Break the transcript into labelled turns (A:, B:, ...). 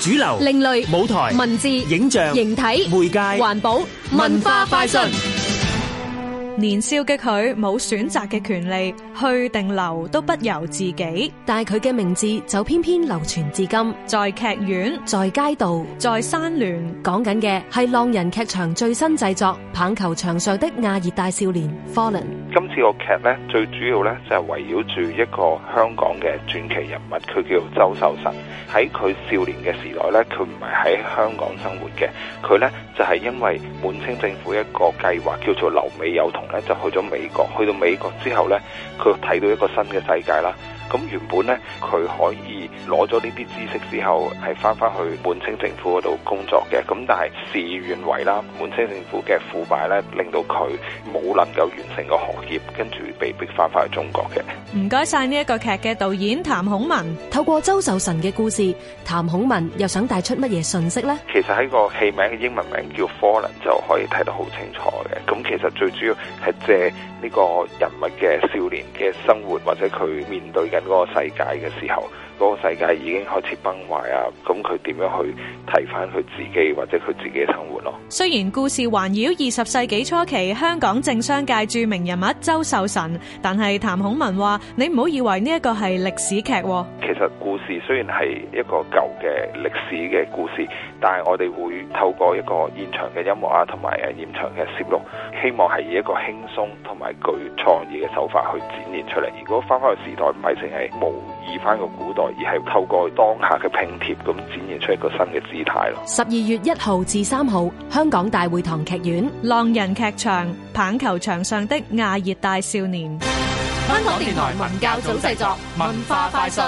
A: 主流、
B: 另類
A: 舞台、
B: 文字、
A: 影像、
B: 形體、
A: 媒介、
B: 環保、文化快訊。
C: 年少嘅佢冇選擇嘅權利，去定留都不由自己。
D: 但係佢嘅名字就偏偏流傳至今，
C: 在劇院，
D: 在街道。
C: 在山巒，
D: 講緊嘅係浪人劇場最新製作《棒球場上的亞熱帶少年》Fallen。
E: 今次個劇呢，最主要呢就係圍繞住一個香港嘅傳奇人物，佢叫周秀臣。喺佢少年嘅時代呢，佢唔係喺香港生活嘅，佢呢就係因為滿清政府一個計劃叫做留美幼童呢，就去咗美國。去到美國之後呢，佢睇到一個新嘅世界啦。咁原本呢，佢可以攞咗呢啲知識之後，係翻翻去滿清政府嗰度工作嘅。咁但係事與願違啦，滿清政府嘅腐敗呢，令到佢冇能夠完成個學業，跟住被逼翻返去中國嘅。
C: 唔該晒呢一個劇嘅導演譚孔文。
D: 透過周壽臣嘅故事，譚孔文又想帶出乜嘢信息呢？
E: 其實喺個戲名嘅英文名叫《Fallen》就可以睇得好清楚嘅。咁其實最主要係借呢個人物嘅少年嘅生活，或者佢面對緊嗰個世界嘅時候，嗰個世界已經開始崩壞啊！咁佢點樣去睇翻佢自己或者佢自己嘅生活咯？
C: 雖然故事環繞二十世紀初期香港政商界著名人物周壽臣，但係譚孔文話：你唔好以為呢一個係歷史劇喎。
E: 其實故事雖然係一個舊嘅歷史嘅故事，但係我哋會透過一個現場嘅音樂啊，同埋誒現場嘅攝錄，希望係以一個輕鬆同埋具創意嘅手法去展現出嚟。如果翻返去時代，唔係淨係模擬翻個古代，而係透過當下嘅拼貼咁展現出一個新嘅姿態咯。
D: 十二月一號至三號，香港大會堂劇院。
C: 浪人劇場，棒球場上的亞熱帶少年。
B: 香港電台文教組製作，文化快訊。